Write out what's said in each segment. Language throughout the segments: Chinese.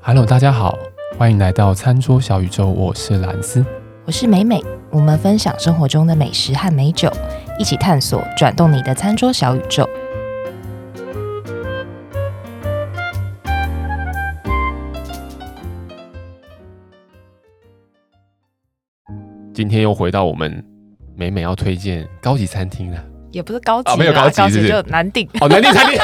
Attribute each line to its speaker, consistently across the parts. Speaker 1: Hello，大家好，欢迎来到餐桌小宇宙，我是蓝斯。
Speaker 2: 我是美美，我们分享生活中的美食和美酒，一起探索转动你的餐桌小宇宙。
Speaker 1: 今天又回到我们美美要推荐高级餐厅了，
Speaker 2: 也不是高级啦、
Speaker 1: 啊没有高级是不是
Speaker 2: 就难顶。
Speaker 1: 哦，南地餐 厅。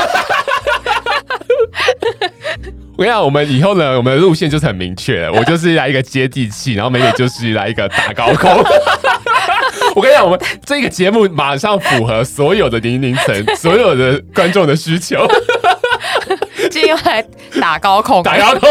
Speaker 1: 我跟你讲，我们以后呢，我们的路线就是很明确了。我就是来一个接地气，然后美美就是来一个打高 空。我跟你讲，我们这个节目马上符合所有的年龄 层、所有的观众的需求。
Speaker 2: 今天又来打高空，
Speaker 1: 打高空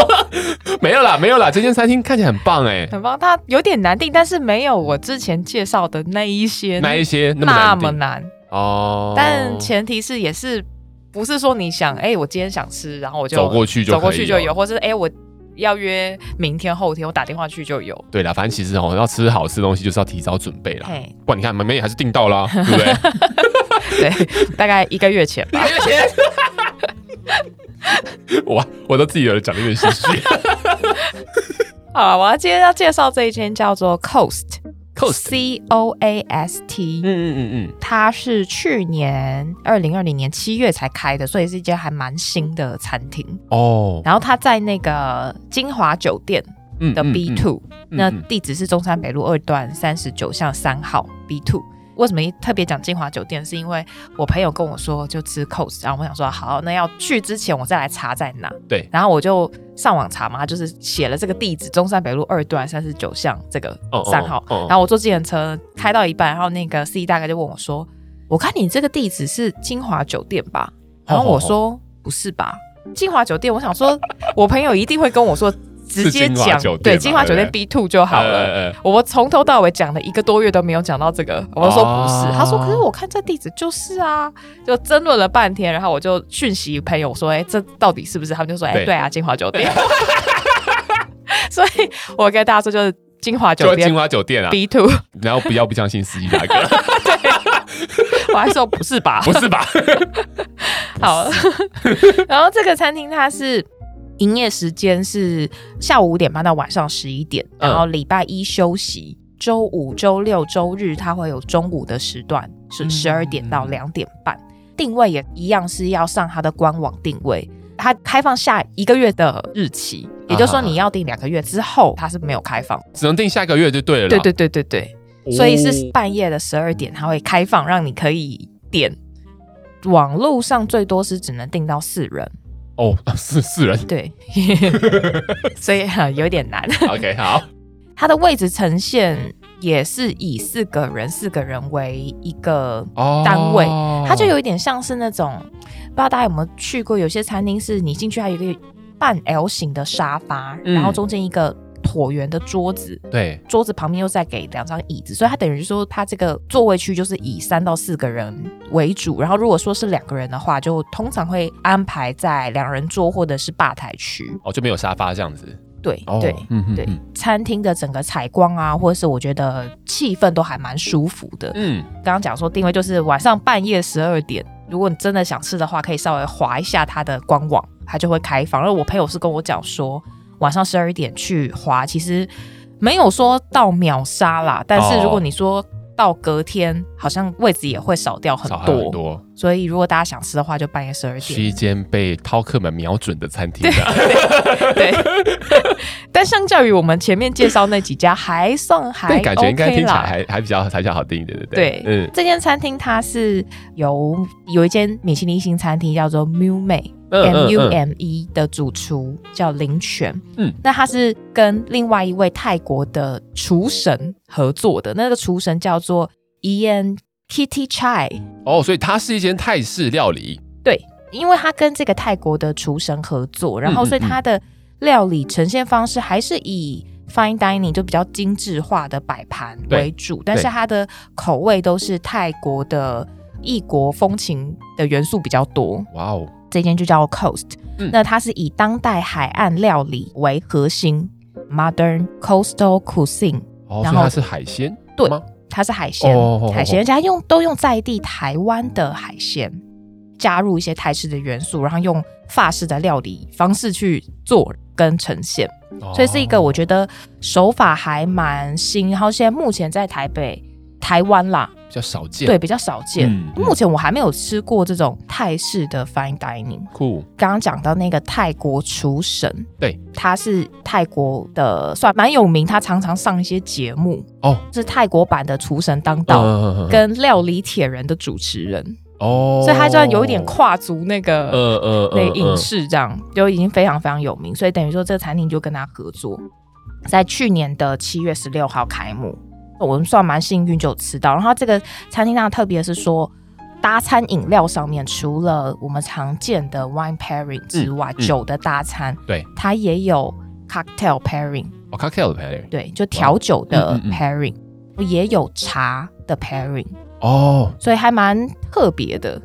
Speaker 1: 没有啦，没有啦，这间餐厅看起来很棒哎、
Speaker 2: 很棒。它有点难定，但是没有我之前介绍的那一些
Speaker 1: 那一些那么
Speaker 2: 那
Speaker 1: 难
Speaker 2: 么
Speaker 1: 订
Speaker 2: 难。
Speaker 1: 哦，
Speaker 2: 但前提是也是不是说你想，哎、我今天想吃，然后我就
Speaker 1: 走过去就
Speaker 2: 走过
Speaker 1: 可以
Speaker 2: 去就
Speaker 1: 了
Speaker 2: 有，或是哎、我要约明天后天，我打电话去就有。
Speaker 1: 对啦，反正其实哦，要吃好吃的东西就是要提早准备啦。
Speaker 2: 嘿，
Speaker 1: 不然你看，妹妹还是订到 啦，对不对？
Speaker 2: 对， 大概一个月前吧。
Speaker 1: 一个月前， 哇，我都自己有人讲的有点心 虚。
Speaker 2: 好啊，我要今天要介绍这一间叫做 Coast
Speaker 1: Coast，
Speaker 2: C O A S T，、
Speaker 1: 嗯嗯嗯
Speaker 2: 它是去年二零二零年七月才开的，所以是一间还蛮新的餐厅
Speaker 1: 嗯，。哦，
Speaker 2: 然后它在那个金华酒店
Speaker 1: 嗯
Speaker 2: 的 B two，、
Speaker 1: 嗯
Speaker 2: 那
Speaker 1: 嗯
Speaker 2: 地址是中山北路二段三十九巷三号 B two。为什么特别讲金华酒店？是因为我朋友跟我说就吃 Coast，然后我想说好，那要去之前我再来查在哪。
Speaker 1: 对
Speaker 2: 然后我就上网查嘛，就是写了这个地址，中山北路二段三十九巷这个
Speaker 1: 哦哦
Speaker 2: 三号。
Speaker 1: 哦哦
Speaker 2: 然后我坐计程车开到一半，然后那个司机大概就问我说：“我看你这个地址是金华酒店吧？”然
Speaker 1: 哦
Speaker 2: 后我说：“不是吧，金华酒店。”我想说，我朋友一定会跟我说，直接
Speaker 1: 是金华
Speaker 2: 讲
Speaker 1: 酒店
Speaker 2: 对
Speaker 1: 嘛
Speaker 2: 金华酒
Speaker 1: 对
Speaker 2: 店
Speaker 1: 不
Speaker 2: B two 就好了。
Speaker 1: 呃
Speaker 2: 我从头到尾讲了一个多月都没有讲到这个，我就说不是，
Speaker 1: 哦
Speaker 2: 他说可是我看这地址就是啊，就争论了半天，然后我就讯息朋友说，哎、这到底是不是？他们就说，哎、
Speaker 1: 对
Speaker 2: 对啊，金华酒店。 所以我跟大家说，就是金华
Speaker 1: 就
Speaker 2: 酒
Speaker 1: 是金
Speaker 2: 店
Speaker 1: 华酒店啊，
Speaker 2: B two，
Speaker 1: 然后不要不相信司机大 哥，
Speaker 2: 我还说不是吧？
Speaker 1: 不是吧？
Speaker 2: 好， 然后这个餐厅它是。营业时间是下午五点半到晚上十一点，
Speaker 1: 嗯
Speaker 2: 然后礼拜一休息，周五、周六、周日它会有中午的时段是
Speaker 1: 嗯
Speaker 2: 十二点到两点半。定位也一样是要上它的官网定位，它开放下一个月的日期，也就是说
Speaker 1: 啊哈
Speaker 2: 你要定两个月之后它是没有开放。
Speaker 1: 只能订下个月就对了啦。
Speaker 2: 对对对对对，
Speaker 1: 哦，
Speaker 2: 所以是半夜的十二点，它会开放让你可以点。网络上最多是只能订到四人，
Speaker 1: 哦， 是是人。
Speaker 2: 对， 所以啊有点难。
Speaker 1: OK，好，
Speaker 2: 它的位置呈现也是以四个人、四个人为一个
Speaker 1: 哦，
Speaker 2: 单位，它就有一点像是那种，不知道大家有没有去过，有些餐厅是你进去还有一个半 L 型的沙发，
Speaker 1: 嗯
Speaker 2: 然后中间一个椭圆的桌子，
Speaker 1: 对
Speaker 2: 桌子旁边又再给两张椅子，所以它等于说它这个座位区就是以三到四个人为主，然后如果说是两个人的话，就通常会安排在两人桌或者是吧台区。
Speaker 1: 哦就没有沙发这样子。
Speaker 2: 对、
Speaker 1: 哦，
Speaker 2: 对。
Speaker 1: 嗯嗯
Speaker 2: 对
Speaker 1: 嗯，
Speaker 2: 餐厅的整个采光啊，或者是我觉得气氛都还蛮舒服的。
Speaker 1: 嗯。
Speaker 2: 刚刚讲说定位就是晚上半夜十二点，如果你真的想吃的话，可以稍微划一下它的官网，它就会开放。而我朋友是跟我讲说，晚上十二点去划，其实没有说到秒杀
Speaker 1: 哦
Speaker 2: 啦，但是如果你说到隔天，好像位置也会少掉很
Speaker 1: 少还
Speaker 2: 多。
Speaker 1: 很多，
Speaker 2: 所以如果大家想吃的话，就半夜十二
Speaker 1: 是
Speaker 2: 点。
Speaker 1: 一间被饕客们瞄准的餐厅啊的。
Speaker 2: 对， 但相较于我们前面介绍那几家，还算还 OK
Speaker 1: 感觉应该听起来
Speaker 2: 啦
Speaker 1: 还还比较才叫好听一点，对不
Speaker 2: 对，
Speaker 1: 嗯
Speaker 2: 这间餐厅它是由有一间米其林星餐厅叫做 Mu Mei
Speaker 1: 嗯
Speaker 2: M U
Speaker 1: 嗯嗯，
Speaker 2: M E 的主厨叫林泉，
Speaker 1: 嗯
Speaker 2: 嗯，那他是跟另外一位泰国的厨神合作的，那个厨神叫做 Ian Kitty Chai，
Speaker 1: 哦，所以它是一间泰式料理，
Speaker 2: 对，因为他跟这个泰国的厨神合作，然
Speaker 1: 嗯
Speaker 2: 后
Speaker 1: 嗯
Speaker 2: 所以他的料理呈现方式还是以 fine dining 就比较精致化的摆盘
Speaker 1: 对
Speaker 2: 为主，但是它的口味都是泰国的异国风情的元素比较多。
Speaker 1: 哇哦，
Speaker 2: 这间就叫 Coast，、
Speaker 1: 嗯
Speaker 2: 那它是以当代海岸料理为核心，Modern Coastal Cuisine，
Speaker 1: 哦，所
Speaker 2: 然
Speaker 1: 以
Speaker 2: 后
Speaker 1: 它是海鲜
Speaker 2: 对
Speaker 1: 吗？
Speaker 2: 它是海鲜，
Speaker 1: 哦哦哦哦
Speaker 2: 海鲜，而且它用都用在地台湾的海鲜，加入一些泰式的元素，然后用法式的料理方式去做。跟呈现，
Speaker 1: 哦
Speaker 2: 所以是一个我觉得手法还蛮新，然后现在目前在台北、台湾啦，
Speaker 1: 比较少见，
Speaker 2: 对，比较少见。
Speaker 1: 嗯，嗯
Speaker 2: 目前我还没有吃过这种泰式的 fine dining。
Speaker 1: 酷，
Speaker 2: 刚刚讲到那个泰国厨神，
Speaker 1: 对，
Speaker 2: 他是泰国的算蛮有名，他常常上一些节目，
Speaker 1: 哦，
Speaker 2: 是泰国版的厨神当道。
Speaker 1: 嗯
Speaker 2: 跟料理铁人的主持人，
Speaker 1: 哦，
Speaker 2: 所以他就有一点跨足那个、
Speaker 1: 呃呃
Speaker 2: 那影视这样，就已经非常非常有名，所以等于说这个餐厅就跟他合作，在去年的七月十六号开幕，我们算蛮幸运就有吃到。然后这个餐厅它特别是说，搭餐饮料上面除了我们常见的 wine pairing 之外，
Speaker 1: 嗯
Speaker 2: 酒的搭餐，
Speaker 1: 对，
Speaker 2: 它也有 cocktail pairing，
Speaker 1: 哦 cocktail 的 pair
Speaker 2: 对，就调酒的
Speaker 1: 嗯嗯嗯
Speaker 2: pairing，、也有茶的 pairing。
Speaker 1: 哦，
Speaker 2: 所以还蛮特别的。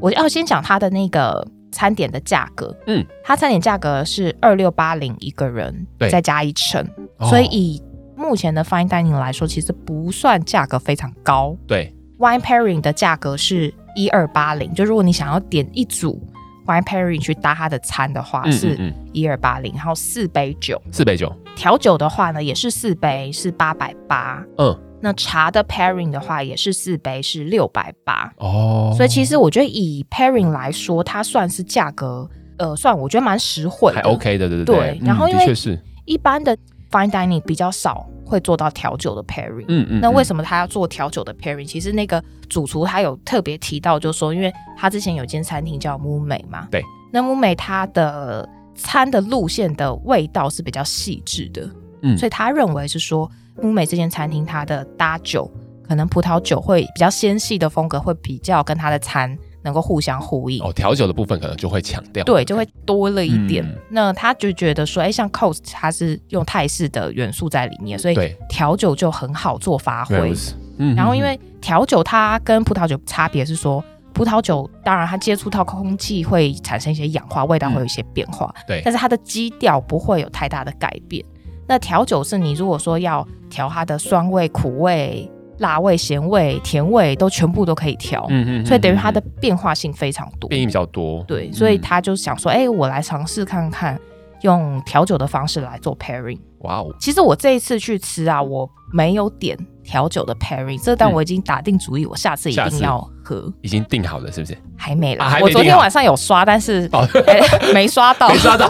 Speaker 2: 我要先讲它的那个餐点的价格，
Speaker 1: 嗯，
Speaker 2: 它餐点价格是二六八零一个人
Speaker 1: 对，
Speaker 2: 再加一成，
Speaker 1: 哦
Speaker 2: 所以以目前的 fine dining 来说，其实不算价格非常高。
Speaker 1: 对
Speaker 2: Wine pairing 的价格是一二八零，就如果你想要点一组 wine pairing 去搭它的餐的话，
Speaker 1: 嗯嗯
Speaker 2: 是
Speaker 1: 嗯
Speaker 2: 一二八零，然后四杯酒，
Speaker 1: 四杯酒，
Speaker 2: 调酒的话呢也是四杯，是八百八。
Speaker 1: 嗯
Speaker 2: 那茶的 pairing 的话也是四杯，是六百八。
Speaker 1: 哦，
Speaker 2: 所以其实我觉得以 pairing 来说，它算是价格，呃，算我觉得蛮实惠的。
Speaker 1: 还 OK 的，对嗯
Speaker 2: 对然后因为
Speaker 1: 的确是，
Speaker 2: 一般的 fine dining 比较少会做到调酒的 pairing。
Speaker 1: 嗯嗯，
Speaker 2: 那
Speaker 1: 嗯
Speaker 2: 为什么他要做调酒的 pairing？其实那个主厨他有特别提到，就是说，因为他之前有间餐厅叫木美嘛，
Speaker 1: 对，
Speaker 2: 那木美它的餐的路线的味道是比较细致的，
Speaker 1: 嗯
Speaker 2: 所以他认为是说木美这间餐厅它的搭酒，可能葡萄酒会比较纤细的风格会比较跟它的餐能够互相呼应，
Speaker 1: 哦调酒的部分可能就会强调，
Speaker 2: 对，就会多了一点。
Speaker 1: 嗯
Speaker 2: 那他就觉得说，哎、像 Coast 它是用泰式的元素在里面，所以
Speaker 1: 对
Speaker 2: 调酒就很好做发挥。
Speaker 1: Rose，嗯，嗯
Speaker 2: 然后因
Speaker 1: 嗯
Speaker 2: 为调酒它跟葡萄酒差别是说，葡萄酒当然它接触到空气会产生一些氧化，味道会有一些变化，
Speaker 1: 对
Speaker 2: 但是它的基调不会有太大的改变。那调酒是你如果说要调它的酸味、苦味、辣味、咸味、甜味，都全部都可以调，
Speaker 1: 嗯嗯嗯
Speaker 2: 哦所以等于
Speaker 1: 嗯
Speaker 2: 它
Speaker 1: 嗯
Speaker 2: 的变化性非常多。
Speaker 1: 变异比较多，
Speaker 2: 对，所以
Speaker 1: 嗯
Speaker 2: 他就想说，哎、我来尝试看看用调酒的方式来做 pairing。
Speaker 1: 哇哦，
Speaker 2: 其实我这一次去吃啊，我没有点调酒的 pairing，这但
Speaker 1: 嗯
Speaker 2: 我已经打定主意，我下次一
Speaker 1: 下
Speaker 2: 定
Speaker 1: 次
Speaker 2: 要喝。
Speaker 1: 已经定好了是不是？
Speaker 2: 还没啦，
Speaker 1: 啊还没
Speaker 2: 我昨
Speaker 1: 定
Speaker 2: 天
Speaker 1: 好
Speaker 2: 晚上有刷，但是、
Speaker 1: 哦
Speaker 2: 哎没刷到，
Speaker 1: 没刷 到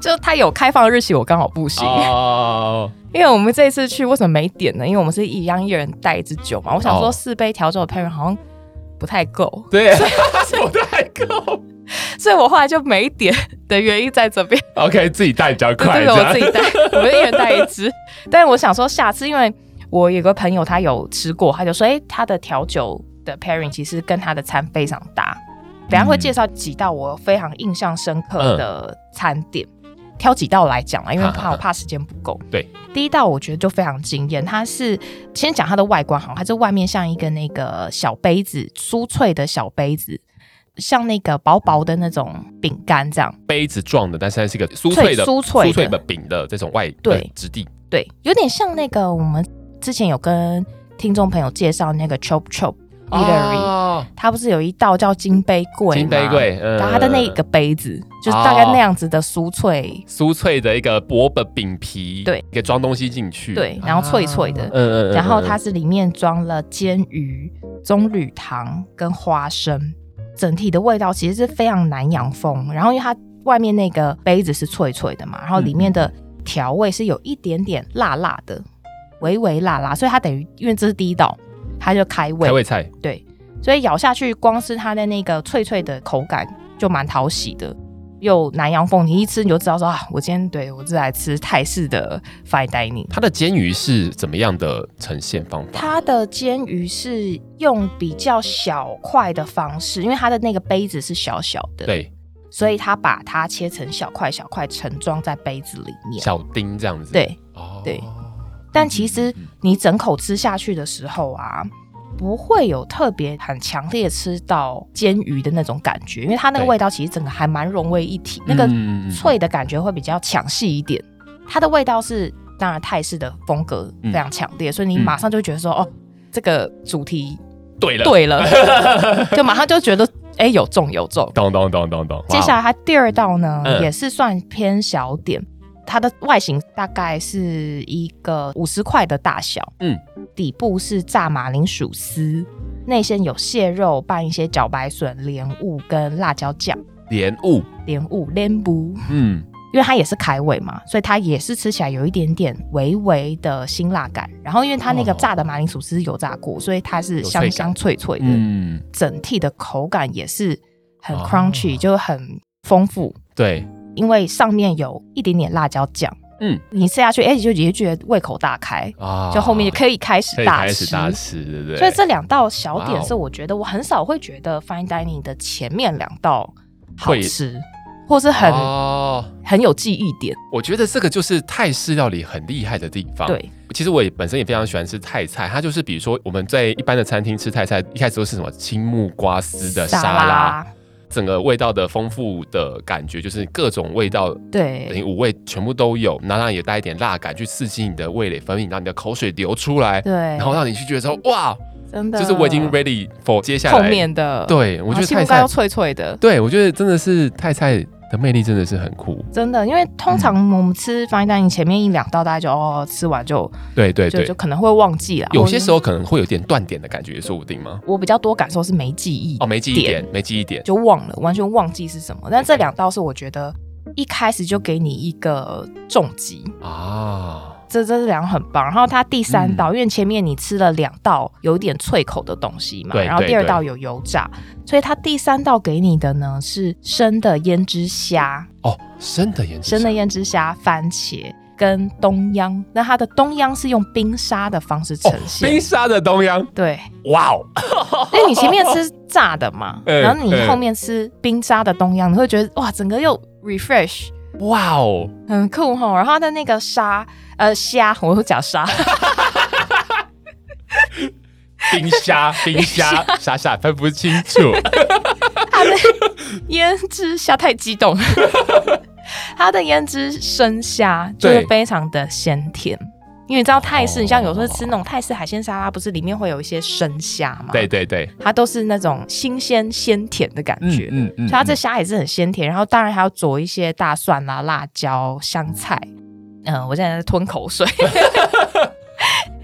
Speaker 2: 就他有开放日期，我刚好不行。
Speaker 1: 哦，
Speaker 2: 因为我们这一次去为什么没点呢？因为我们是一样一人带一支酒嘛，我想说
Speaker 1: 哦
Speaker 2: 四杯调酒的 pairing 好像不太够，
Speaker 1: 对，我太够
Speaker 2: 所以我后来就没点的原因在这边。
Speaker 1: ，OK，自己带比较快，
Speaker 2: 对
Speaker 1: 这
Speaker 2: 对，我
Speaker 1: 样
Speaker 2: 自己带， 我们一人带一只。但我想说，下次因为我有个朋友他有吃过，他就说，哎、他的调酒的 pairing 其实跟他的餐非常搭。等一
Speaker 1: 嗯
Speaker 2: 下会介绍几道我非常印象深刻的餐点，挑几道来讲啊，因为
Speaker 1: 哈哈
Speaker 2: 怕
Speaker 1: 哈
Speaker 2: 我怕时间不够。
Speaker 1: 对，
Speaker 2: 第一道我觉得就非常惊艳，它是先讲它的外观好，它这外面像一个那个小杯子，酥脆的小杯子，像那个薄薄的那种饼干这样。
Speaker 1: 杯子状的，但是它是一个酥脆的、
Speaker 2: 脆酥脆的
Speaker 1: 的饼的这种外
Speaker 2: 对
Speaker 1: 呃质地。
Speaker 2: 对，有点像那个我们之前有跟听众朋友介绍那个 Chop Chop Eatery，、
Speaker 1: 哦，
Speaker 2: 它不是有一道叫金杯柜
Speaker 1: 金
Speaker 2: 吗
Speaker 1: 杯，柜，嗯
Speaker 2: 然后它的那个杯子、就是大概那样子的酥脆，
Speaker 1: 酥脆的一个薄的饼皮，
Speaker 2: 对，
Speaker 1: 给装东西进去，
Speaker 2: 对然后脆脆的
Speaker 1: 啊嗯嗯嗯
Speaker 2: 然后
Speaker 1: 嗯
Speaker 2: 它是里面装了煎鱼、棕榈糖跟花生，整体的味道其实是非常南洋风。然后因为它外面那个杯子是脆脆的嘛，然后里面的调味是有一点点辣辣的，微微辣辣，所以它等于因为这是第一道，它就开胃，
Speaker 1: 开胃菜，
Speaker 2: 对，所以咬下去，光是它的那个脆脆的口感就蛮讨喜的。又南洋风，你一吃你就知道说啊，我今天对我是来吃泰式的 fine dining。
Speaker 1: 它的煎鱼是怎么样的呈现方法？
Speaker 2: 它的煎鱼是用比较小块的方式，因为它的那个杯子是小小的，，
Speaker 1: 对，
Speaker 2: 所以它把它切成小块小块，盛装在杯子里面。
Speaker 1: 小丁这样子，，
Speaker 2: 对，
Speaker 1: 哦
Speaker 2: 对
Speaker 1: 嗯
Speaker 2: 但其实你整口吃下去的时候啊，不会有特别很强烈吃到煎鱼的那种感觉，因为它那个
Speaker 1: 对
Speaker 2: 味道其实整个还蛮融为一体，那个
Speaker 1: 嗯
Speaker 2: 脆的感觉会比较抢戏一点。它的味道是当然泰式的风格非常强烈，所以你
Speaker 1: 嗯
Speaker 2: 马上就会觉得说、哦，这个主题
Speaker 1: 对了，
Speaker 2: 对了，就马上就觉得哎、有中有中。
Speaker 1: 懂懂懂懂懂。
Speaker 2: 接下来它第二道呢，
Speaker 1: 嗯
Speaker 2: 也是算偏小点，它的外形大概是一个五十块的大小，
Speaker 1: 嗯，
Speaker 2: 底部是炸马铃薯丝，内馅有蟹肉拌一些茭白笋、莲雾跟辣椒酱，
Speaker 1: 哇莲雾，
Speaker 2: 莲雾莲雾。
Speaker 1: 嗯，
Speaker 2: 因为它也是开胃嘛，所以它也是吃起来有一点点微微的辛辣感。然后因为它那个
Speaker 1: 哦
Speaker 2: 炸的马铃薯丝是油炸过，所以它
Speaker 1: 有
Speaker 2: 是
Speaker 1: 脆
Speaker 2: 香
Speaker 1: 感
Speaker 2: 香脆脆的，
Speaker 1: 嗯，
Speaker 2: 整体的口感也是很
Speaker 1: 哦
Speaker 2: crunchy，、就很丰富。
Speaker 1: 对，
Speaker 2: 因为上面有一点点辣椒酱，
Speaker 1: 嗯
Speaker 2: 你吃下去，哎、你就也觉得胃口大开，
Speaker 1: 啊
Speaker 2: 就后面就可以开
Speaker 1: 可
Speaker 2: 始
Speaker 1: 以
Speaker 2: 大
Speaker 1: 开
Speaker 2: 吃。
Speaker 1: 始大吃，对不对？
Speaker 2: 所以这两道小
Speaker 1: 哇
Speaker 2: 点
Speaker 1: 哦
Speaker 2: 是我觉得我很少会觉得 fine dining 的前面两道好
Speaker 1: 会
Speaker 2: 吃，或是很、
Speaker 1: 哦，
Speaker 2: 很有记忆点。
Speaker 1: 我觉得这个就是泰式料理很厉害的地方。，
Speaker 2: 对，
Speaker 1: 其实我也本身也非常喜欢吃泰菜，它就是比如说我们在一般的餐厅吃泰菜，一开始都是什么青木瓜丝的沙拉，整个味道的丰富的感觉，就是各种味道等于
Speaker 2: 对
Speaker 1: 五味全部都有，然后让你也带一点辣感去刺激你的味蕾分泌，让你的口水流出来，
Speaker 2: 对，
Speaker 1: 然后让你去觉得说哇，
Speaker 2: 真的
Speaker 1: 就是我已经 ready for 接下
Speaker 2: 后
Speaker 1: 来。
Speaker 2: 面的，，啊
Speaker 1: 对，我觉得
Speaker 2: 青
Speaker 1: 泰
Speaker 2: 木瓜
Speaker 1: 菜
Speaker 2: 又，脆脆的。
Speaker 1: 对我觉得真的是泰菜的魅力真的是很酷。
Speaker 2: 真的，因为通常
Speaker 1: 嗯
Speaker 2: 我们吃 fine dining 前面一两道，大家就哦吃完就
Speaker 1: 对对
Speaker 2: 就
Speaker 1: 对
Speaker 2: 就，哦可能会忘记了。
Speaker 1: 有些时
Speaker 2: 候
Speaker 1: 候可能会有点断点的感觉，也说不定吗？
Speaker 2: 我比较多感受是没记忆
Speaker 1: 哦，没记忆点，没记忆点。
Speaker 2: 就忘了，完全忘记是什么。但这两道是我觉得一开始就给你一个重击，
Speaker 1: 啊，
Speaker 2: 这这两道很棒。然后它第
Speaker 1: 嗯
Speaker 2: 三道，因为前面你吃了两道有一点脆口的东西嘛，
Speaker 1: 对
Speaker 2: 然后
Speaker 1: 对
Speaker 2: 第二
Speaker 1: 对
Speaker 2: 道有油炸，所以它第三道给你的呢是生的胭脂虾，
Speaker 1: 哦，生的颜值，
Speaker 2: 生的胭脂虾、番茄跟冬央。那它的冬央是用冰沙的方式呈现。
Speaker 1: 哦冰沙的东阳，
Speaker 2: 对，
Speaker 1: 哇哦，
Speaker 2: 因为哎你前面吃炸的 嘛，
Speaker 1: 嗯
Speaker 2: 然后你
Speaker 1: 嗯
Speaker 2: 后面吃冰沙的冬央，你会觉得哇，整个又 refresh，
Speaker 1: 哇哦，
Speaker 2: 很酷吼，然后它的那个沙，呃，虾，我会讲沙，
Speaker 1: 冰 虾，冰虾，傻傻分不清楚。
Speaker 2: 胭脂虾太激动， 它的胭脂生虾就是
Speaker 1: 对
Speaker 2: 非常的鲜甜，因为你知道泰式，
Speaker 1: 哦
Speaker 2: 你像有时候吃那种泰式海鲜沙拉，不是里面会有一些生虾嘛？
Speaker 1: 对，对对，
Speaker 2: 它都是那种新鲜鲜甜的感觉。
Speaker 1: 嗯嗯
Speaker 2: 所以它这虾也是很鲜甜，然后当然还要佐一些大蒜啦、辣椒、香菜。嗯，我现在在吞口水，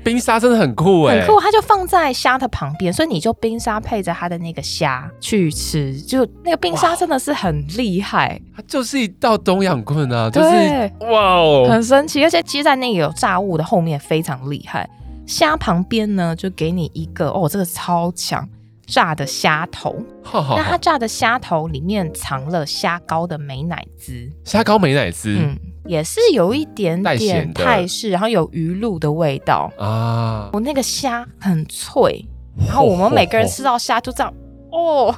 Speaker 1: 冰沙真的很酷哎，
Speaker 2: 很酷，它就放在虾的旁边，所以你就冰沙配着它的那个虾去吃，就那个冰沙真的是很厉害，
Speaker 1: 它就是一道东阳棍啊，就是
Speaker 2: 对
Speaker 1: 哇哦，
Speaker 2: 很神奇。而且其实，在那个有炸物的后面非常厉害，虾旁边呢就给你一个哦，这个超强炸的虾头，
Speaker 1: 好好
Speaker 2: 那它
Speaker 1: 好，
Speaker 2: 炸的虾头里面藏了虾膏的美乃滋，
Speaker 1: 虾膏美乃滋
Speaker 2: 嗯，也是有一点
Speaker 1: 带
Speaker 2: 点
Speaker 1: 咸的
Speaker 2: 泰式，然后有鱼露的味道。
Speaker 1: 啊，
Speaker 2: 我那个虾很脆，然后我们每个人吃到虾就这样， 哦，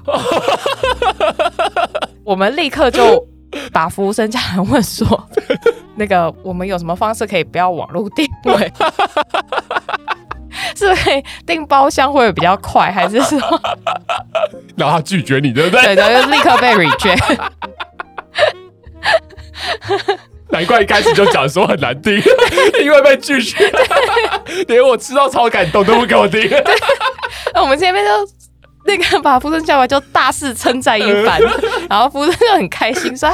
Speaker 2: 我们立刻就把服务生叫来问说， 那个我们有什么方式可以不要网络定 位？是可以订包厢会比较快，还是说
Speaker 1: 然后他拒绝你，对不对？
Speaker 2: 对的就立刻被 reject？
Speaker 1: 难怪一开始就讲说很难听， 因为被拒绝，连我吃到超感动都不给我听。
Speaker 2: 那我们前面就那个把服务生叫来，就大肆称赞一 番，然后服务生就很开心说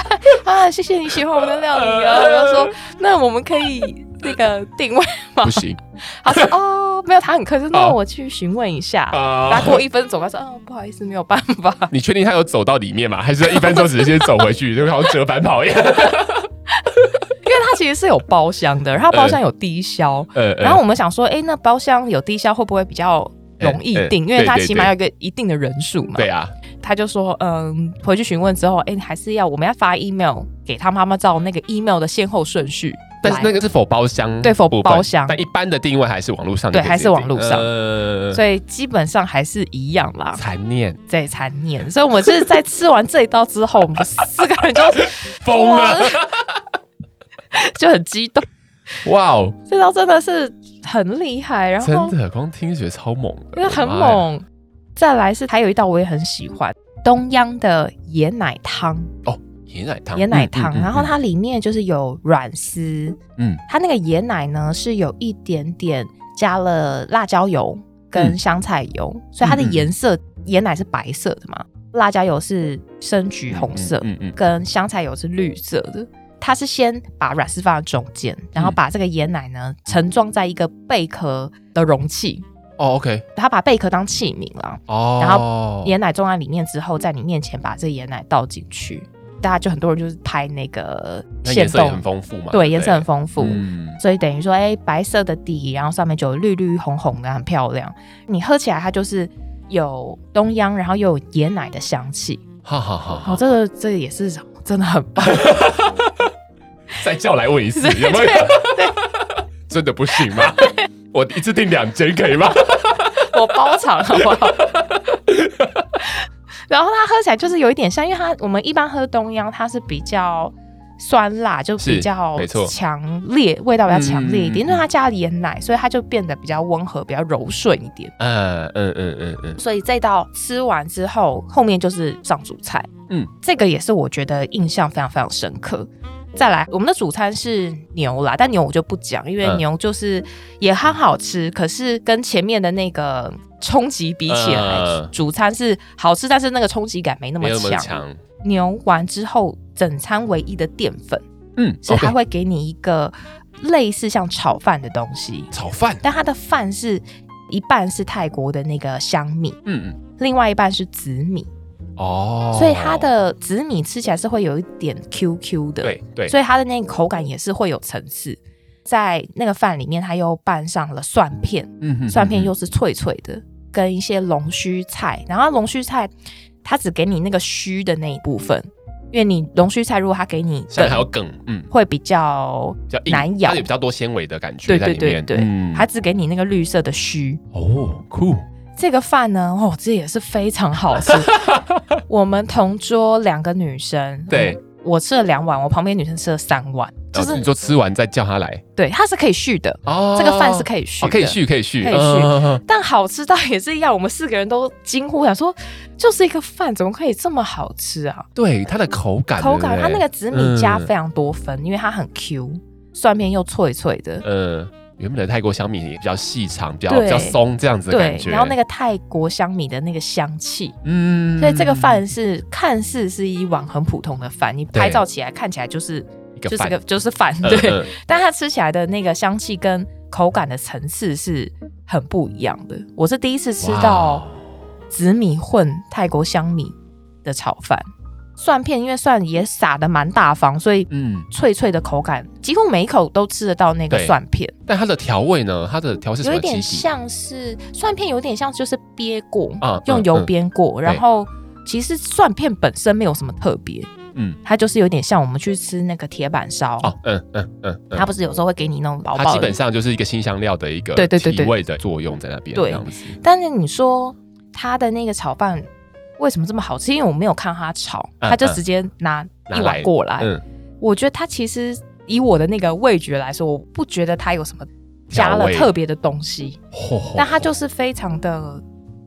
Speaker 2: 啊，谢谢你喜欢我们的料理啊，然后说那我们可以那个定位吗
Speaker 1: 不？行
Speaker 2: 他说哦，没有，他很客气，那
Speaker 1: 啊
Speaker 2: 我去询问一下。
Speaker 1: 啊
Speaker 2: 他过一分钟，他说哦，不好意思，没有办法。
Speaker 1: 你确定他有走到里面吗？还是一分钟只是先走回 去，就好像折返跑一样？
Speaker 2: 因为他其实是有包厢的，然后包厢有低消，
Speaker 1: 呃，呃
Speaker 2: 然后我们想说，哎，那包厢有低消会不会比较容易
Speaker 1: 嗯嗯
Speaker 2: 定？因为他
Speaker 1: 对对
Speaker 2: 起码有一个一定的人数嘛。
Speaker 1: 对啊，
Speaker 2: 他就说，嗯，回去询问之后，哎、还是要我们要发 email 给他妈妈，照那个 email 的先后顺序来。
Speaker 1: 但是那个是否包厢？
Speaker 2: 对否
Speaker 1: 部分
Speaker 2: 包厢
Speaker 1: 但一般的定位还是网络上
Speaker 2: 对
Speaker 1: 就可以
Speaker 2: 还是
Speaker 1: 直接
Speaker 2: 网络上
Speaker 1: 定呃
Speaker 2: 所以啊基本上还是一样啦，
Speaker 1: 残念
Speaker 2: 在残念。所以我们就是在吃完这一道之后，我们四个人就
Speaker 1: 疯了，
Speaker 2: 就很激动，
Speaker 1: 哇哦，
Speaker 2: 这道真的是很厉害，然
Speaker 1: 真
Speaker 2: 后
Speaker 1: 的光听觉得超猛的，
Speaker 2: 因为很
Speaker 1: 我的妈呀
Speaker 2: 猛。再来是还有一道我也很喜欢，东央的椰奶汤，
Speaker 1: 哦，椰奶汤，
Speaker 2: 椰奶汤，
Speaker 1: 嗯嗯嗯
Speaker 2: 然后
Speaker 1: 嗯
Speaker 2: 它里面就是有软丝，
Speaker 1: 嗯
Speaker 2: 它那个椰奶呢是有一点点加了辣椒油跟
Speaker 1: 嗯
Speaker 2: 香菜油，所以它的
Speaker 1: 嗯嗯
Speaker 2: 颜色、椰奶是白色的嘛，辣椒油是深橘红色，
Speaker 1: 嗯嗯嗯
Speaker 2: 跟香菜油是绿色的。它是先把软丝放在中间，然后
Speaker 1: 嗯
Speaker 2: 把这个椰奶呢盛装在一个贝壳的容器，
Speaker 1: 哦，OK，
Speaker 2: 它把贝壳当器皿了，
Speaker 1: 哦，
Speaker 2: 然椰奶装在里面之后，在你面前把这个椰奶倒进去，大家就很多人就是拍那个
Speaker 1: 那颜
Speaker 2: 现
Speaker 1: 色也
Speaker 2: 动
Speaker 1: 很，丰富嘛，
Speaker 2: 对，颜色很
Speaker 1: 丰
Speaker 2: 丰富。
Speaker 1: 嗯，
Speaker 2: 所以等于说，哎、白色的底，然后上面就有绿绿红红的，很漂亮。你喝起来，它就是有东央，然后又有椰奶的香气。
Speaker 1: 哈哈哈
Speaker 2: 哦，
Speaker 1: 哈，
Speaker 2: 这个这个也是真的很 棒，
Speaker 1: 再叫来问一次，
Speaker 2: 对
Speaker 1: 有没有？真的不行 吗？我一次订两间可以吗？
Speaker 2: 我包场好不好？然后它喝起来就是有一点像，因为它我们一般喝东央，它是比较酸辣，就比较
Speaker 1: 是没错
Speaker 2: 强烈，味道比较强烈一
Speaker 1: 嗯嗯
Speaker 2: 点，
Speaker 1: 嗯嗯
Speaker 2: 因为它加了椰奶，所以它就变得比较温和、比较柔顺一点。
Speaker 1: 嗯嗯嗯嗯嗯，
Speaker 2: 所以这道吃完之后，后面就是上主菜。
Speaker 1: 嗯，
Speaker 2: 这个也是我觉得印象非常非常深刻。再来，我们的主餐是牛啦，但牛我就不讲，因为
Speaker 1: 嗯
Speaker 2: 牛就是也很好吃，可是跟前面的那个冲击比起来，
Speaker 1: 嗯
Speaker 2: 主餐是好吃，但是那个冲击感没那么
Speaker 1: 没有那么
Speaker 2: 强。
Speaker 1: 强，
Speaker 2: 牛完之后，整餐唯一的淀粉
Speaker 1: 嗯
Speaker 2: 是
Speaker 1: ，OK，
Speaker 2: 它会给你一个类似像炒饭的东西，
Speaker 1: 炒饭，
Speaker 2: 但它的饭是一半是泰国的那个香米，
Speaker 1: 嗯嗯，
Speaker 2: 另外一半是紫米，
Speaker 1: 哦，
Speaker 2: 所以它的紫米吃起来是会有一点 QQ 的，
Speaker 1: 对对，
Speaker 2: 所以它的那个口感也是会有层次。在那个饭里面，它又拌上了蒜片，
Speaker 1: 嗯哼
Speaker 2: 蒜片又是脆脆的，跟一些龙须菜。然后龙须菜，它只给你那个须的那一部分，因为你龙须菜如果它给你
Speaker 1: 像
Speaker 2: 梗
Speaker 1: 还，有梗，嗯，
Speaker 2: 会比较
Speaker 1: 比较硬
Speaker 2: 难咬
Speaker 1: 它有比较多纤维的感觉
Speaker 2: 对
Speaker 1: 在
Speaker 2: 对
Speaker 1: 里
Speaker 2: 对
Speaker 1: 面，
Speaker 2: 对，
Speaker 1: 嗯
Speaker 2: 它只给你那个绿色的须。
Speaker 1: 哦，酷，
Speaker 2: 这个饭呢，哦，这也是非常 好吃。我们同桌两个女生，
Speaker 1: 对
Speaker 2: 我，我吃了两碗，我旁边女生吃了三碗，就
Speaker 1: 然
Speaker 2: 是、
Speaker 1: 后你说吃完再叫他来，
Speaker 2: 对，它是可以续的，
Speaker 1: 哦
Speaker 2: 这个饭是可以续
Speaker 1: 哦
Speaker 2: 的，
Speaker 1: 可以。续，可以续，
Speaker 2: 可以续
Speaker 1: 嗯
Speaker 2: 但好吃到也是一样，我们四个人都惊呼，想说就是一个饭怎么可以这么好吃啊？
Speaker 1: 对它的口感，
Speaker 2: 口感它那个紫米加
Speaker 1: 嗯
Speaker 2: 非常多分，因为它很 Q，蒜面又脆脆的，
Speaker 1: 呃，原本的泰国小米也比较细长，比较
Speaker 2: 对
Speaker 1: 比较松这样子的
Speaker 2: 对
Speaker 1: 感，觉。
Speaker 2: 然后那个泰国香米的那个香气，
Speaker 1: 嗯
Speaker 2: 所以这个饭是看似是一碗很普通的饭，你拍
Speaker 1: 对
Speaker 2: 照起来看起来就是
Speaker 1: 一
Speaker 2: 就
Speaker 1: 个
Speaker 2: 是
Speaker 1: 饭
Speaker 2: 个就是饭，
Speaker 1: 嗯
Speaker 2: 对。
Speaker 1: 嗯
Speaker 2: 但它吃起来的那个香气跟口感的层次是很不一样的。我是第一次吃到
Speaker 1: 哇
Speaker 2: 紫米混泰国香米的炒饭，蒜片因为蒜也撒的蛮大方，所以
Speaker 1: 嗯，
Speaker 2: 脆脆的口感，几乎每一口都吃得到那个
Speaker 1: 对
Speaker 2: 蒜片，
Speaker 1: 但它的调味呢？它的调是什
Speaker 2: 有
Speaker 1: 么
Speaker 2: 一
Speaker 1: 基底？
Speaker 2: 点像是蒜片，有点像就是煸过，
Speaker 1: 啊嗯
Speaker 2: 用油
Speaker 1: 嗯
Speaker 2: 煸过，然后。其实蒜片本身没有什么特别，
Speaker 1: 嗯，
Speaker 2: 它就是有点像我们去吃那个铁板烧，
Speaker 1: 哦，嗯嗯嗯嗯，
Speaker 2: 它不是有时候会给你那种薄薄的，
Speaker 1: 它基本上就是一个新香料的一个
Speaker 2: 对对对对
Speaker 1: 提味的作用在那边，
Speaker 2: 对
Speaker 1: 这样子。
Speaker 2: 但是你说它的那个炒饭为什么这么好吃？因为我没有看它炒，
Speaker 1: 嗯
Speaker 2: 它就直接拿
Speaker 1: 拿
Speaker 2: 一
Speaker 1: 来
Speaker 2: 碗过来。
Speaker 1: 嗯，
Speaker 2: 我觉得它其实以我的那个味觉来说，我不觉得它有什么加
Speaker 1: 调
Speaker 2: 了
Speaker 1: 味
Speaker 2: 特别的东西，
Speaker 1: 吼吼
Speaker 2: 但它就是非常的。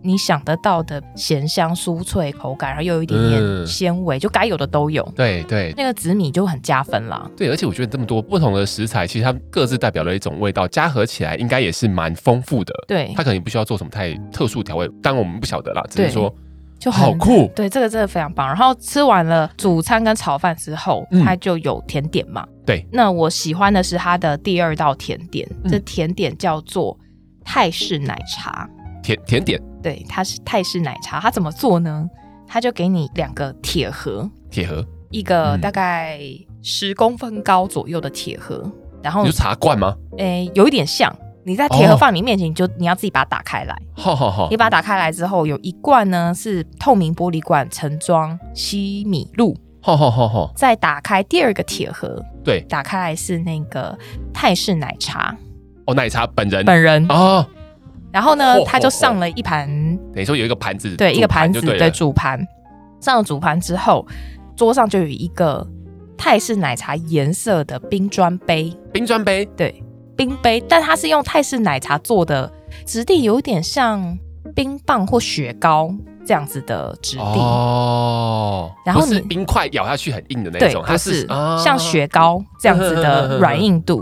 Speaker 2: 你想得到的咸香酥脆口感，然后又有一点点
Speaker 1: 嗯
Speaker 2: 纤维，就该有的都有。
Speaker 1: 对对
Speaker 2: 那个紫米就很加分啦。
Speaker 1: 对，而且我觉得这么多不同的食材，其实它们各自代表了一种味道，加合起来应该也是蛮丰富的。
Speaker 2: 对
Speaker 1: 它，可能也不需要做什么太特殊调味，当然我们不晓得啦，只
Speaker 2: 对
Speaker 1: 是说
Speaker 2: 就很
Speaker 1: 好酷，
Speaker 2: 对，这个真的非常棒。然后吃完了主餐跟炒饭之后，
Speaker 1: 嗯
Speaker 2: 它就有甜点嘛。
Speaker 1: 对，
Speaker 2: 那我喜欢的是它的第二道甜点，
Speaker 1: 嗯
Speaker 2: 这甜点叫做泰式奶茶。
Speaker 1: 甜甜点
Speaker 2: 对，它是泰式奶茶，它怎么做呢？它就给你两个铁盒，
Speaker 1: 铁盒，
Speaker 2: 一个
Speaker 1: 嗯
Speaker 2: 大概十公分高左右的铁盒，然后
Speaker 1: 你说茶罐吗？
Speaker 2: 诶、有一点像。你在铁盒
Speaker 1: 哦
Speaker 2: 放你面前，你就你要自己把它打开来。
Speaker 1: 好好好
Speaker 2: 你，把它打开来之后，有一罐呢是透明玻璃罐盛装西米露，
Speaker 1: 好好好好，
Speaker 2: 再打开第二个铁盒，
Speaker 1: 对，
Speaker 2: 打开来是那个泰式奶茶
Speaker 1: 哦，奶茶本人
Speaker 2: 本人，
Speaker 1: 哦，
Speaker 2: 然后呢
Speaker 1: 嚯，
Speaker 2: 他就上了一盘，
Speaker 1: 等于说有一个盘子，
Speaker 2: 对，一个盘子
Speaker 1: 对
Speaker 2: 的
Speaker 1: 了，
Speaker 2: 主盘，上了主盘之后，桌上就有一个泰式奶茶颜色的冰砖杯，
Speaker 1: 冰砖杯，
Speaker 2: 对，冰杯，但它是用泰式奶茶做的，质地有点像冰棒或雪糕这样子的质地。
Speaker 1: 哦，
Speaker 2: 然后
Speaker 1: 不是
Speaker 2: 你
Speaker 1: 冰块咬下去很硬的那
Speaker 2: 对，
Speaker 1: 种，
Speaker 2: 不
Speaker 1: 它
Speaker 2: 是、
Speaker 1: 啊
Speaker 2: 像雪糕这样
Speaker 1: 嗯嗯嗯
Speaker 2: 子的
Speaker 1: 嗯嗯
Speaker 2: 软硬度。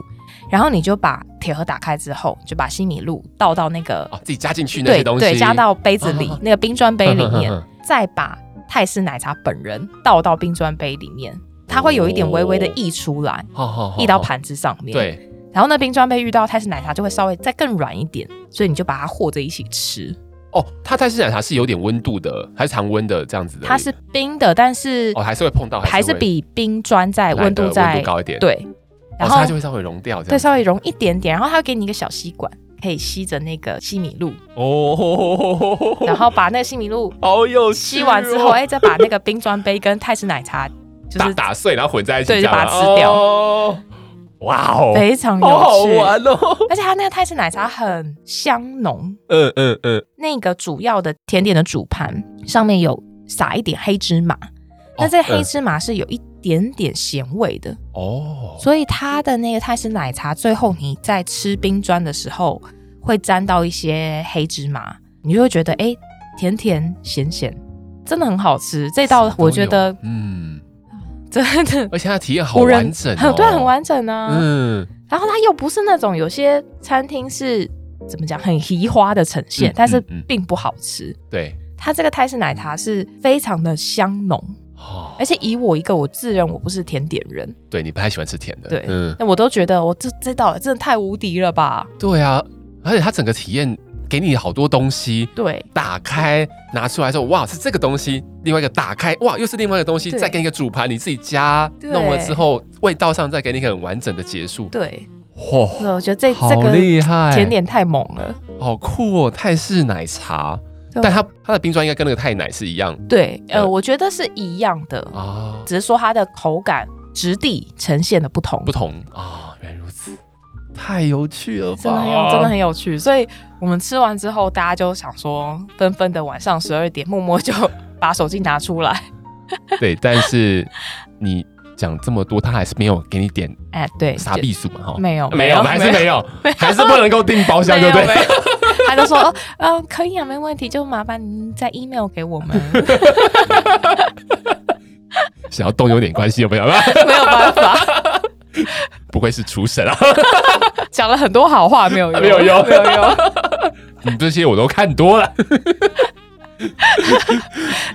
Speaker 2: 然后你就把铁盒打开之后，就把西米露倒到那个、
Speaker 1: 哦哦，自己加进去那
Speaker 2: 对
Speaker 1: 些东西，
Speaker 2: 对，加到杯子里、
Speaker 1: 啊
Speaker 2: 那个冰砖杯里面，
Speaker 1: 嗯嗯
Speaker 2: 再把泰式奶茶本人倒到冰砖杯里面，它会有一点微微的溢出来，
Speaker 1: 好好好
Speaker 2: 溢到，盘子上面。，
Speaker 1: 哦对，
Speaker 2: 然后那冰砖杯遇到泰式奶茶就会稍微再更软一点，所以你就把它和着一起吃。
Speaker 1: 哦，它泰式奶茶是有点温度的，还是常温的这样子的？
Speaker 2: 它是冰的，但是
Speaker 1: 哦，还是会碰到，
Speaker 2: 还是
Speaker 1: 会
Speaker 2: 比冰砖在
Speaker 1: 来的
Speaker 2: 温度在
Speaker 1: 温度高一点，，
Speaker 2: 对，
Speaker 1: 然
Speaker 2: 然
Speaker 1: 后
Speaker 2: 后
Speaker 1: 它就会稍微融掉，这
Speaker 2: 对
Speaker 1: 样子
Speaker 2: 稍微融一点点，然后它会给你一个小吸管，可以吸着那个西米露，
Speaker 1: 哦，
Speaker 2: 然后把那个西米露
Speaker 1: 好有趣哦
Speaker 2: 吸完 之后，哎，再把那个冰砖杯跟泰式奶茶就
Speaker 1: 打
Speaker 2: 是
Speaker 1: 打碎，然后混在一起，
Speaker 2: 对
Speaker 1: 这样吗
Speaker 2: 就把它吃掉
Speaker 1: 哦哇哦，
Speaker 2: 非常有
Speaker 1: 好好
Speaker 2: 趣，
Speaker 1: 玩 哦，
Speaker 2: 而且它那个泰式奶茶很香浓，
Speaker 1: 嗯嗯嗯，
Speaker 2: 那个主要的甜点的主盘上面有撒一点黑芝麻，那
Speaker 1: 哦
Speaker 2: 这黑
Speaker 1: 嗯
Speaker 2: 芝麻是有一点点咸味的，
Speaker 1: 哦，
Speaker 2: 所以它的那个泰式奶茶最后你在吃冰砖的时候会沾到一些黑芝麻，你就会觉得哎、诶甜甜咸咸，真的很好吃。这道我觉得
Speaker 1: 嗯，
Speaker 2: 真的
Speaker 1: 而且它的体验好
Speaker 2: 无人
Speaker 1: 完整哦，
Speaker 2: 很 对，很完整啊。
Speaker 1: 嗯，
Speaker 2: 然后它又不是那种有些餐厅是怎么讲很奇花的呈现，
Speaker 1: 嗯
Speaker 2: 但是
Speaker 1: 嗯嗯
Speaker 2: 并不好吃。
Speaker 1: 对，
Speaker 2: 它这个泰式奶茶是非常的香浓，
Speaker 1: 哦，
Speaker 2: 而且以我一个我自认我不是甜点人，
Speaker 1: 对你不太喜欢吃甜的，
Speaker 2: 对
Speaker 1: 嗯，
Speaker 2: 那我都觉得我这这道真的太无敌了吧？
Speaker 1: 对啊，而且它整个体验给你好多东西。
Speaker 2: 对，
Speaker 1: 打开拿出来之后，哇，是这个东西；另外一个打开，哇，又是另外一个东西。
Speaker 2: 对
Speaker 1: 再给你一个主盘，你自己加
Speaker 2: 对
Speaker 1: 弄了之后，味道上再给你一个很完整的结束。
Speaker 2: 对，
Speaker 1: 哇，
Speaker 2: 所以我觉得这
Speaker 1: 好
Speaker 2: 这个
Speaker 1: 厉害！
Speaker 2: 甜点太猛了。
Speaker 1: 好酷哦，泰式奶茶，
Speaker 2: 对啊
Speaker 1: 但它它的冰砖应该跟那个泰奶是一样
Speaker 2: 对，呃，
Speaker 1: 呃
Speaker 2: 我觉得是一样的，
Speaker 1: 啊，
Speaker 2: 只是说它的口感、质地呈现的不同
Speaker 1: 不。同啊，原来如此，太有趣了吧！
Speaker 2: 真的很有，真的很有趣，所以我们吃完之后，大家就想说，纷纷的晚上十二点，默默就把手机拿出来，
Speaker 1: 对，但是你讲这么多，他还是没有给你点
Speaker 2: 哎，对，
Speaker 1: 傻避暑嘛哈。
Speaker 2: 没有，
Speaker 1: 没有，还是没有，还是不能够订包厢，对
Speaker 2: 没有
Speaker 1: 不对？
Speaker 2: 没有啊 他就说，哦，嗯、可以啊，没问题，就麻烦您再 email 给我 们，
Speaker 1: 想要 动有点关系，有没有？
Speaker 2: 没有办法，
Speaker 1: 不愧是厨神 啊！
Speaker 2: 讲了很多好话，没有用，
Speaker 1: 没有用
Speaker 2: 没有用。
Speaker 1: 你嗯这些我都看多了。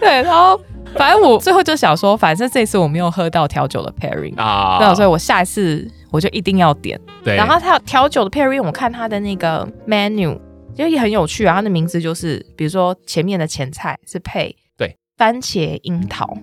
Speaker 2: 对，然后反正我最后就想说，反正这次我没有喝到调酒的 pairing，、
Speaker 1: 啊，
Speaker 2: 那所以我下一次我就一定要点。
Speaker 1: 对，
Speaker 2: 然后它有调酒的 pairing，我看它的那个 menu 其实也很有趣啊，它的名字就是，比如说前面的前菜是配
Speaker 1: 对
Speaker 2: 番茄樱桃，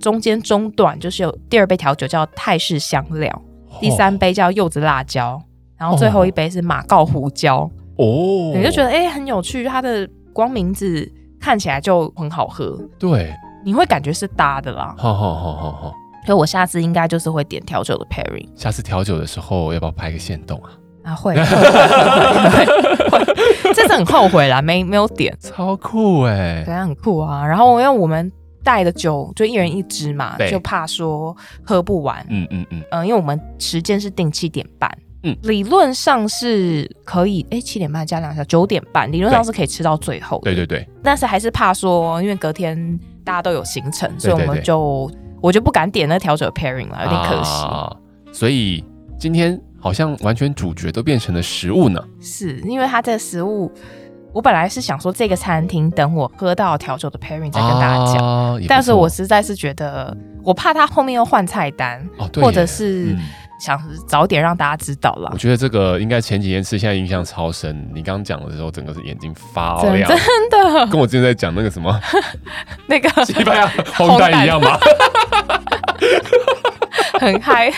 Speaker 2: 中间中段就是有第二杯调酒叫泰式香料，第三杯叫柚子辣椒，然后最后一杯是马告胡椒，
Speaker 1: 哦，
Speaker 2: 你就觉
Speaker 1: 得
Speaker 2: 得哎、诶很有趣，它的光名字看起来就很好喝。
Speaker 1: 对，
Speaker 2: 你会感觉是搭的啦。
Speaker 1: 好好好好好，
Speaker 2: 所以我下次应该就是会点调酒的 pairing
Speaker 1: 下次调酒的时候要不要拍个现动啊？
Speaker 2: 啊，会，会会会会这次很后悔啦，没没有点，
Speaker 1: 超酷哎、
Speaker 2: 对，很酷啊。然后因为我们带的酒就一人一支嘛
Speaker 1: 对，
Speaker 2: 就怕说喝不完。嗯
Speaker 1: 嗯嗯嗯，
Speaker 2: 因为我们时间是定七点半，
Speaker 1: 嗯
Speaker 2: 嗯，理论上是可以，哎，七点半加两小时，九点半，理论上是可以吃到最后的。
Speaker 1: 对对对，
Speaker 2: 但是还是怕说，因为隔天大家都有行程，所以我
Speaker 1: 对
Speaker 2: 们
Speaker 1: 对
Speaker 2: 就我就不敢点那调酒的 pairing 了，有点可惜。
Speaker 1: 啊所以今天好像完全主角都变成了食物呢。
Speaker 2: 是因为它这个食物，我本来是想说这个餐厅等我喝到调酒的 pairing 再跟大家讲，
Speaker 1: 啊也不错
Speaker 2: 但是我实在是觉得我怕他后面又换菜单，
Speaker 1: 哦，对耶
Speaker 2: 或者是啊
Speaker 1: 嗯
Speaker 2: 想早点让大家知道啦
Speaker 1: 我。觉得这个应该前几天吃，现在印象超深。你刚刚讲的时候，整个是眼睛发
Speaker 2: 真
Speaker 1: 亮，
Speaker 2: 真的，
Speaker 1: 跟我之前在讲那个什 么
Speaker 2: 那个
Speaker 1: 西班牙红蛋一样吗？
Speaker 2: 很嗨。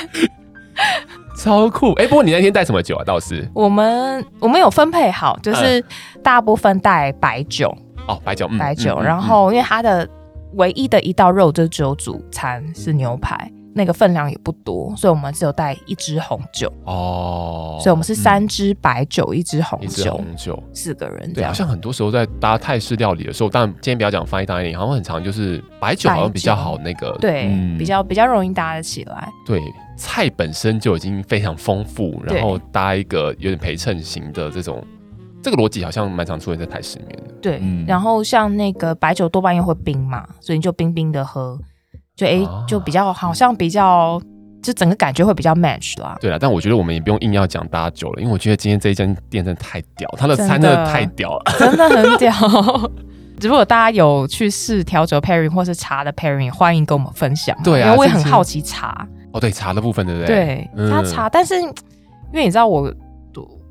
Speaker 1: 超酷！哎、不过你那天带什么酒啊？倒是
Speaker 2: 我们我们有分配好，就是大部分带白酒，
Speaker 1: 哦，白哎酒，嗯
Speaker 2: 白酒，
Speaker 1: 嗯嗯
Speaker 2: 然后因为它的唯一的一道肉就只有主餐是牛排，那个分量也不多，所以我们只有带一支红酒。
Speaker 1: 嗯哦，
Speaker 2: 所以我们是三支白酒，一支红
Speaker 1: 一支
Speaker 2: 酒，
Speaker 1: 红酒。
Speaker 2: 四个人这
Speaker 1: 对，好
Speaker 2: 样。
Speaker 1: 像很多时候在搭泰式料理的时候，当然今天不要讲 fine dining，好像很常就是白酒好像比较好那个，
Speaker 2: 对，
Speaker 1: 嗯
Speaker 2: 比较比较容易搭得起来。
Speaker 1: 对菜本身就已经非常丰富，
Speaker 2: 对
Speaker 1: 然后搭一个有点陪衬型的这种，这个逻辑好像蛮常出现在台式里面的。
Speaker 2: 对，
Speaker 1: 嗯
Speaker 2: 然后像那个白酒多半又会冰嘛，所以你就冰冰的喝，就诶
Speaker 1: 啊
Speaker 2: 就比较好像比较，就整个感觉会比较 match 啦。
Speaker 1: 对了，啊但我觉得我们也不用硬要讲搭酒了，因为我觉得今天这一间店真的太屌，它的餐真
Speaker 2: 真的
Speaker 1: 的太屌了。
Speaker 2: 真的很屌。 如果大家有去试调酒 pairing 或是茶的 pairing，欢迎跟我们分享。
Speaker 1: 对啊
Speaker 2: 因为我也
Speaker 1: 这
Speaker 2: 很
Speaker 1: 是
Speaker 2: 好奇茶。
Speaker 1: 哦，对，茶的部分，对不对？
Speaker 2: 对，
Speaker 1: 嗯
Speaker 2: 他茶，但是因为你知道我，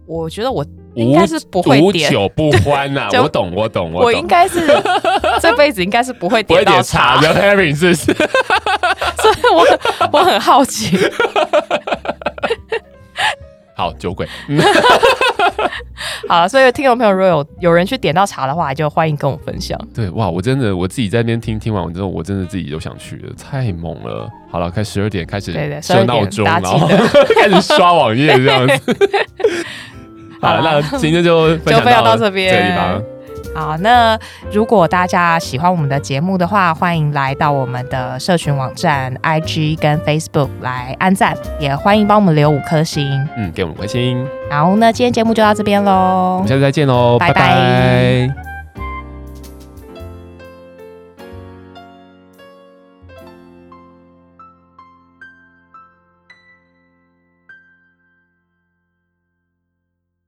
Speaker 2: 我觉得我
Speaker 1: 无
Speaker 2: 应该是不会
Speaker 1: 无
Speaker 2: 点，
Speaker 1: 酒啊不欢呐、
Speaker 2: 就
Speaker 1: 我懂，我懂，
Speaker 2: 我
Speaker 1: 我
Speaker 2: 应
Speaker 1: 懂。
Speaker 2: 该是 这辈子应该是不会
Speaker 1: 不会
Speaker 2: 点到
Speaker 1: 点茶的 Harry 是不是？
Speaker 2: 所以我我很好奇。
Speaker 1: 好，酒鬼，嗯
Speaker 2: 好了，所以听众朋友如果有有人去点到茶的话，就欢迎跟我分享。
Speaker 1: 对，哇，我真的我自己在那边听听完之后，我真的自己都想去了，太猛了。好了，开十二点开始
Speaker 2: 对对
Speaker 1: 设
Speaker 2: 12
Speaker 1: 闹
Speaker 2: 点
Speaker 1: 钟，
Speaker 2: 大
Speaker 1: 然
Speaker 2: 家
Speaker 1: 后
Speaker 2: 记
Speaker 1: 开始刷网页这样子。好
Speaker 2: 好啦
Speaker 1: 了，那今天就分享
Speaker 2: 就分享
Speaker 1: 到
Speaker 2: 到这边
Speaker 1: 这个地方，
Speaker 2: 好，那如果大家喜欢我们的节目的话，欢迎来到我们的社群网站、IG 跟 Facebook 来按赞，也欢迎帮我们留五颗星。
Speaker 1: 嗯，给我们关心，
Speaker 2: 然后呢，今天节目就到这边
Speaker 1: 我
Speaker 2: 喽
Speaker 1: 们。下次再见喽，
Speaker 2: 拜拜
Speaker 1: 哦拜拜